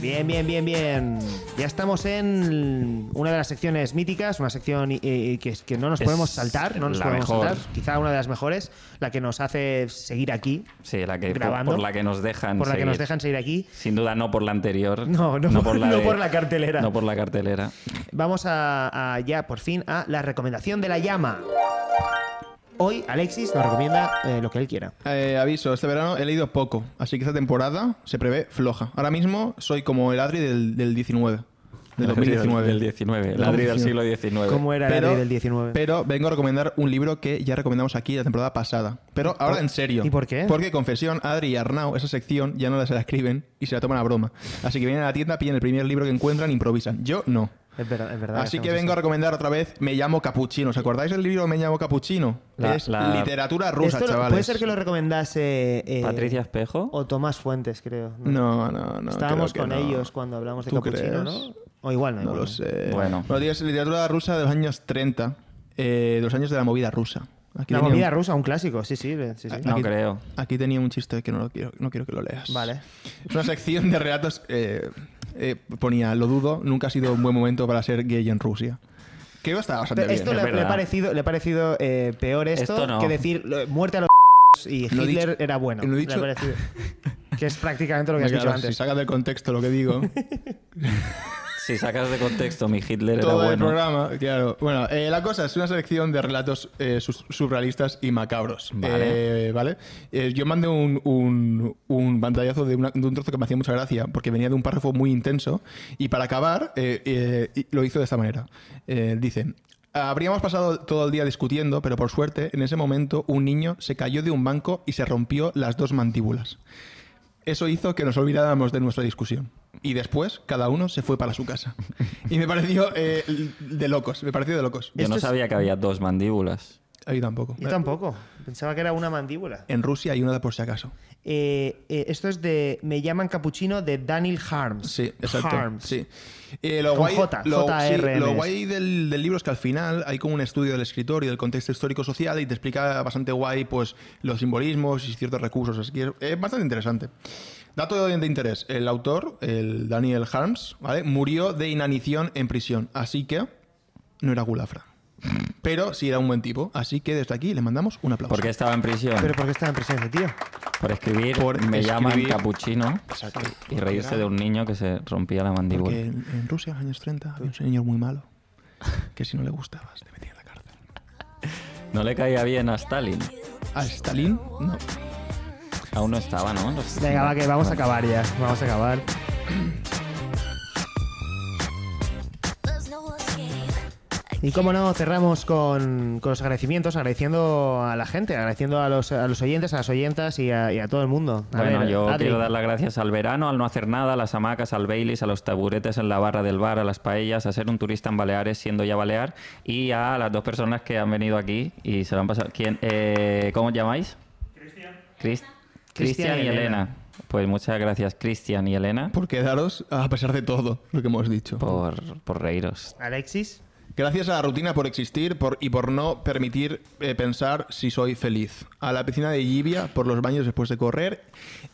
S1: Bien, bien, bien, bien. Ya estamos en una de las secciones míticas, una sección eh, eh, que, que no nos
S2: Es
S1: podemos saltar, no nos
S2: la
S1: podemos
S2: mejor.
S1: saltar. Quizá una de las mejores, la que nos hace seguir aquí,
S2: Sí, la que, por-
S1: Grabando.
S2: Por, la que nos dejan.
S1: por la que
S2: seguir.
S1: nos dejan seguir aquí.
S2: Sin duda, no por la anterior.
S1: No, no, por, no
S2: de-
S1: por la cartelera.
S2: No por la cartelera.
S1: Vamos a, a ya por fin a la recomendación de la llama. Hoy Alexis nos recomienda eh, lo que él quiera.
S3: Eh, aviso, este verano he leído poco, así que esta temporada se prevé floja. Ahora mismo soy como el Adri del, del 19, del 2019.
S2: Del 19. El Adri del siglo XIX.
S1: ¿Cómo era el
S3: Pero-
S1: Adri del 19?
S3: Pero vengo a recomendar un libro que ya recomendamos aquí la temporada pasada. Pero ahora en serio.
S1: Oh, ¿Y por qué?
S3: Porque confesión, Adri y Arnau, esa sección ya no se la escriben y se la toman a broma. Así que vienen a la tienda, pillan el primer libro que encuentran e improvisan. Yo no.
S1: es verdad, es verdad.
S3: Así que
S1: hacemos
S3: vengo a
S1: esto.
S3: recomendar otra vez Me llamo Capuchino. ¿Os acordáis del libro Me llamo Capuchino?
S2: La-
S3: es
S2: la-
S3: literatura rusa,
S1: Esto lo-
S3: chavales.
S1: Puede ser que lo recomendase eh,
S2: Patricia Espejo.
S1: o Tomás Fuentes, creo.
S3: No, no, no.
S1: Estábamos
S3: creo
S1: con
S3: que no.
S1: ellos cuando hablamos de
S3: ¿Tú
S1: capuchino,
S3: crees?
S1: ¿no? O igual no.
S3: No
S1: igual
S3: lo
S1: no.
S3: sé.
S2: Bueno.
S3: Bueno, tío, es literatura rusa de los años 30, eh, de los años de la movida rusa. Aquí
S1: La
S3: tenía
S1: movida
S3: un-
S1: rusa, un clásico, sí, sí. eh, sí, sí.
S2: No creo.
S3: Aquí tenía un chiste que no, lo quiero, no quiero que lo leas.
S1: Vale.
S3: Es una sección de relatos. eh, eh, ponía, lo dudo, nunca ha sido un buen momento para ser gay en Rusia. Creo que está bastante
S1: Pero esto
S3: bien.
S1: le,
S2: es
S1: le ha
S2: verdad.
S1: parecido, le ha parecido eh, peor esto,
S2: Esto no.
S1: que decir lo- muerte a los y
S3: Lo he
S1: Hitler
S3: dicho-
S1: era bueno.
S3: lo he
S1: Le
S3: dicho-
S1: ha parecido- que es prácticamente lo que has
S3: Claro,
S1: dicho
S3: si
S1: antes.
S3: sacas del contexto lo que digo,
S2: Si sacas de contexto, mi Hitler
S3: todo
S2: era
S3: el
S2: bueno.
S3: programa, claro. Bueno, eh, la cosa es una selección de relatos eh, sus- surrealistas y macabros.
S2: Vale.
S3: Eh, ¿vale? Eh, yo mandé un, un, un pantallazo de, una- de un trozo que me hacía mucha gracia, porque venía de un párrafo muy intenso, y para acabar eh, eh, y- lo hizo de esta manera. Eh, dice... Habríamos pasado todo el día discutiendo, pero por suerte, en ese momento, un niño se cayó de un banco y se rompió las dos mandíbulas. Eso hizo que nos olvidáramos de nuestra discusión. Y después, cada uno se fue para su casa. Y me pareció eh, de locos, me pareció de locos.
S2: Yo
S1: Esto
S2: no
S1: es-
S2: sabía que había dos mandíbulas.
S3: Ahí tampoco.
S1: Yo tampoco. Pensaba que era una mandíbula.
S3: En Rusia hay una por si acaso.
S1: Eh, eh, esto es de Me llaman capuchino de Daniel Harms.
S3: Sí, exacto.
S1: Harms.
S3: Sí. Eh, lo
S1: Con
S3: guay,
S1: J,
S3: lo, sí,
S1: JRMs.
S3: lo guay del, del libro es que al final hay como un estudio del escritor y del contexto histórico-social y te explica bastante guay pues, los simbolismos y ciertos recursos. Así que es, es bastante interesante. Dato de, de interés: el autor, el Daniel Harms, ¿vale? murió de inanición en prisión. Así que no era gulafra. Pero sí era un buen tipo. Así que desde aquí le mandamos un aplauso.
S2: ¿Por qué estaba en prisión?
S1: Pero ¿por qué está en prisión ese tío?
S2: por escribir
S3: por
S2: Me llaman
S3: escribir-
S2: capuchino
S3: Exacto.
S2: y reírse
S3: Era-
S2: de un niño que se rompía la mandíbula.
S3: Porque en, en Rusia, en los años 30, había un señor muy malo que si no le gustabas, te metía en la cárcel.
S2: No le caía bien a Stalin.
S3: ¿A Stalin? No.
S2: Aún no estaba, ¿no? Los-
S1: Venga, va, que vamos a acabar ya. Vamos a acabar. Y como no, cerramos con, con los agradecimientos, agradeciendo a la gente, agradeciendo a los, a los oyentes, a las oyentas y a, y a todo el mundo. A
S2: bueno,
S1: ver,
S2: yo
S1: Adri.
S2: quiero dar las gracias al verano, al no hacer nada, a las hamacas, al Baileys, a los taburetes en la barra del bar, a las paellas, a ser un turista en Baleares siendo ya Balear y a las dos personas que han venido aquí y se lo han pasado. ¿Quién, eh, ¿Cómo os llamáis? Cristian. Cristian y Elena. Pues muchas gracias, Cristian y Elena,
S3: Por quedaros a pesar de todo lo que hemos dicho.
S2: por, por reíros.
S1: Alexis.
S3: Gracias a la rutina por existir por, y por no permitir eh, pensar si soy feliz. A la piscina de Llivia por los baños después de correr.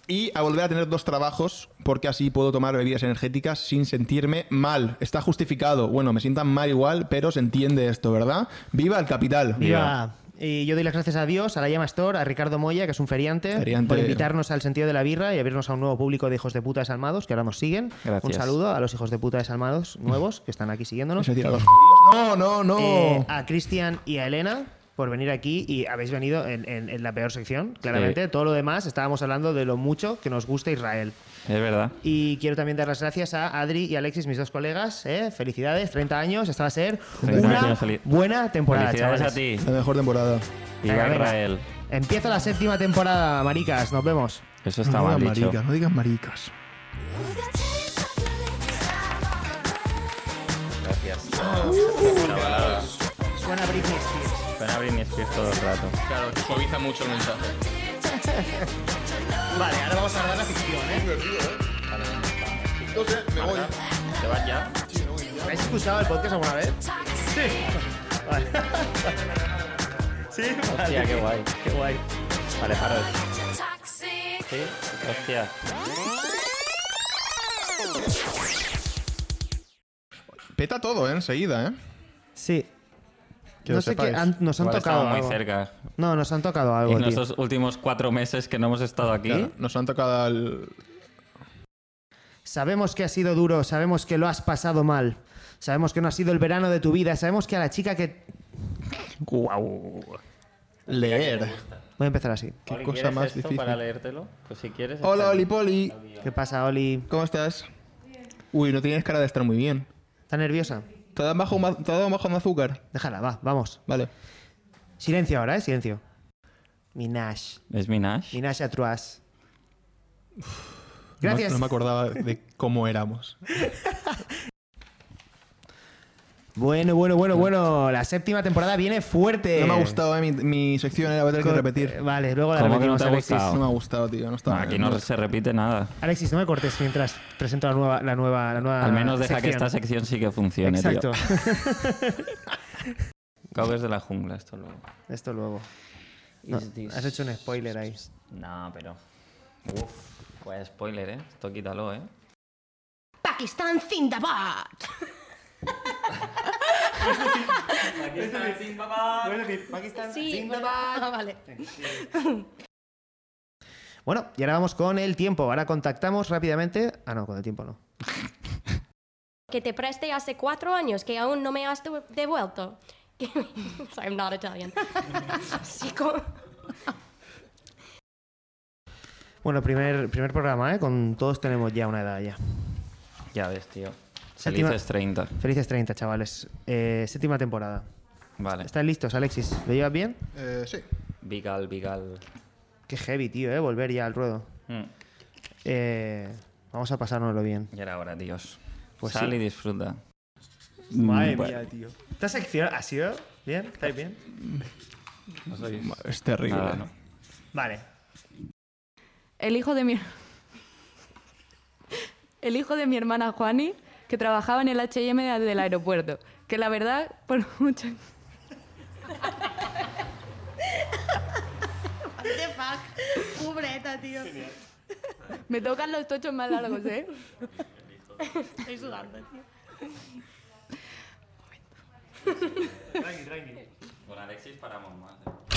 S3: Y a volver a tener dos trabajos porque así puedo tomar bebidas energéticas sin sentirme mal. Está justificado. Bueno, me sientan mal igual, pero se entiende esto, ¿verdad? ¡Viva el capital!
S1: Viva. Y yo doy las gracias a Dios, a la Llama Store, a Ricardo Moya, que es un feriante,
S3: Feriante.
S1: por invitarnos al sentido de la birra y abrirnos a un nuevo público de hijos de puta desalmados que ahora nos siguen.
S2: Gracias.
S1: Un saludo a los hijos de puta desalmados nuevos que están aquí siguiéndonos.
S3: Es decir, a los judíos, ¡No, no, no!
S2: Oh.
S1: Eh,
S2: ah.
S1: a Cristian y a Elena por venir aquí y habéis venido en, en- en la peor sección, claramente. Todo lo demás estábamos hablando de lo mucho que nos gusta Israel.
S2: Es verdad.
S1: Y quiero también dar las gracias a Adri y Alexis, mis dos colegas. ¿eh? Felicidades, 30 años. Esta va a ser
S2: 30
S1: una
S2: años, feliz-
S1: buena temporada.
S2: Felicidades
S1: chavales.
S2: a ti.
S3: La mejor temporada.
S2: Viva
S1: venga.
S2: Israel.
S1: Empieza la séptima temporada, maricas. Nos vemos.
S2: Eso está
S3: no
S2: mal
S3: digas
S2: dicho.
S3: maricas, no digas maricas.
S1: Suena Britney Spears.
S2: Van a abrir mi Spears todo el rato.
S3: Claro, suaviza mucho el mensaje.
S1: Vale, ahora vamos a hablar de la ficción, ¿eh?
S3: No sé, me voy.
S2: ¿Te vas ya?
S1: ¿Habéis escuchado el podcast alguna vez? Sí. Vale. sí,
S2: Hostia, qué guay.
S1: qué guay.
S2: Alejaros. Sí, hostia.
S3: Peta todo, ¿eh? Enseguida, ¿eh?
S1: Sí.
S3: Que
S1: no
S3: lo
S1: sé qué
S3: sepáis.
S1: han- nos han
S2: Igual
S1: tocado
S2: estamos
S1: algo.
S2: muy cerca.
S1: No, nos han tocado algo,
S2: En
S1: tío.
S2: estos últimos cuatro meses que no hemos estado aquí.
S3: Claro, nos han tocado el...
S1: Sabemos que ha sido duro, sabemos que lo has pasado mal. Sabemos que no ha sido el verano de tu vida, sabemos que a la chica que
S2: Guau.
S3: leer.
S1: Voy a empezar así.
S3: Qué cosa más difícil.
S2: leértelo? Pues si quieres.
S3: Hola, Oli Poli.
S1: ¿Qué pasa, Oli?
S3: ¿Cómo estás? Uy, no tienes cara de estar muy bien.
S1: ¿Estás nerviosa?
S3: ¿Te has bajo, ma- te has dado bajo un azúcar?
S1: Déjala, va, vamos.
S3: Vale.
S1: Silencio ahora, ¿eh? Silencio. Minaj.
S2: ¿Es Minash?
S1: Minaj Atruas. Gracias.
S3: No, no me acordaba de cómo éramos.
S1: Bueno, bueno, bueno, bueno. La séptima temporada viene fuerte.
S3: No me ha gustado, eh. Mi, mi sección era, voy a tener que
S1: Con-
S3: repetir.
S1: Vale, luego la
S2: ¿Cómo que no
S1: repetimos,
S2: te ha
S1: Alexis.
S2: gustado?
S3: No me ha gustado, tío. No está Eh,
S2: No, Ah, aquí no se repite nada.
S1: Alexis, no me cortes mientras presento la nueva, la nueva, la nueva
S2: Al menos deja que
S1: sección.
S2: esta sección sí que funcione,
S1: Exacto.
S2: tío. Cowboys de la jungla, esto luego.
S1: Esto luego. No,
S2: Is this-
S1: has hecho un spoiler ahí.
S2: No, pero. Uf, pues spoiler, ¿eh? Esto quítalo, ¿eh?
S4: Pakistán Zindabad.
S10: Sí, ah, vale.
S1: Bueno, y ahora vamos con el tiempo. Ahora contactamos rápidamente. Ah, no, con el tiempo no.
S10: Que te preste hace cuatro años que aún no me has de- devuelto. Sorry, I'm not Italian. Sí, como-
S1: Bueno, primer, primer programa, ¿eh? Con todos tenemos ya una edad ya.
S2: Ya ves, tío.
S1: Séptima-
S2: Felices 30.
S1: Felices 30, chavales. Eh, séptima temporada.
S2: Vale.
S1: ¿Están listos, Alexis? ¿Lo llevas bien?
S3: Eh, sí.
S2: Vigal, Vigal.
S1: Qué heavy, tío, ¿eh? Volver ya al ruedo.
S2: Mm.
S1: Eh, vamos a pasárnoslo bien.
S2: Y ahora, ahora, tíos.
S1: Pues
S2: Sal
S1: sí.
S2: y disfruta.
S1: Madre
S2: Bueno.
S1: mía, tío. ¿Esta sección ha sido bien? ¿Estáis bien?
S3: Es terrible.
S2: Nada, Ah, ¿no?
S1: Vale.
S5: El hijo de mi... El hijo de mi hermana Juani, que trabajaba en el H&M de- del aeropuerto. Que la verdad, por mucho...
S4: Cubreta, tío.
S5: Me tocan los tochos más largos, ¿eh?
S4: Estoy sudando, tío.
S2: Con Alexis paramos más.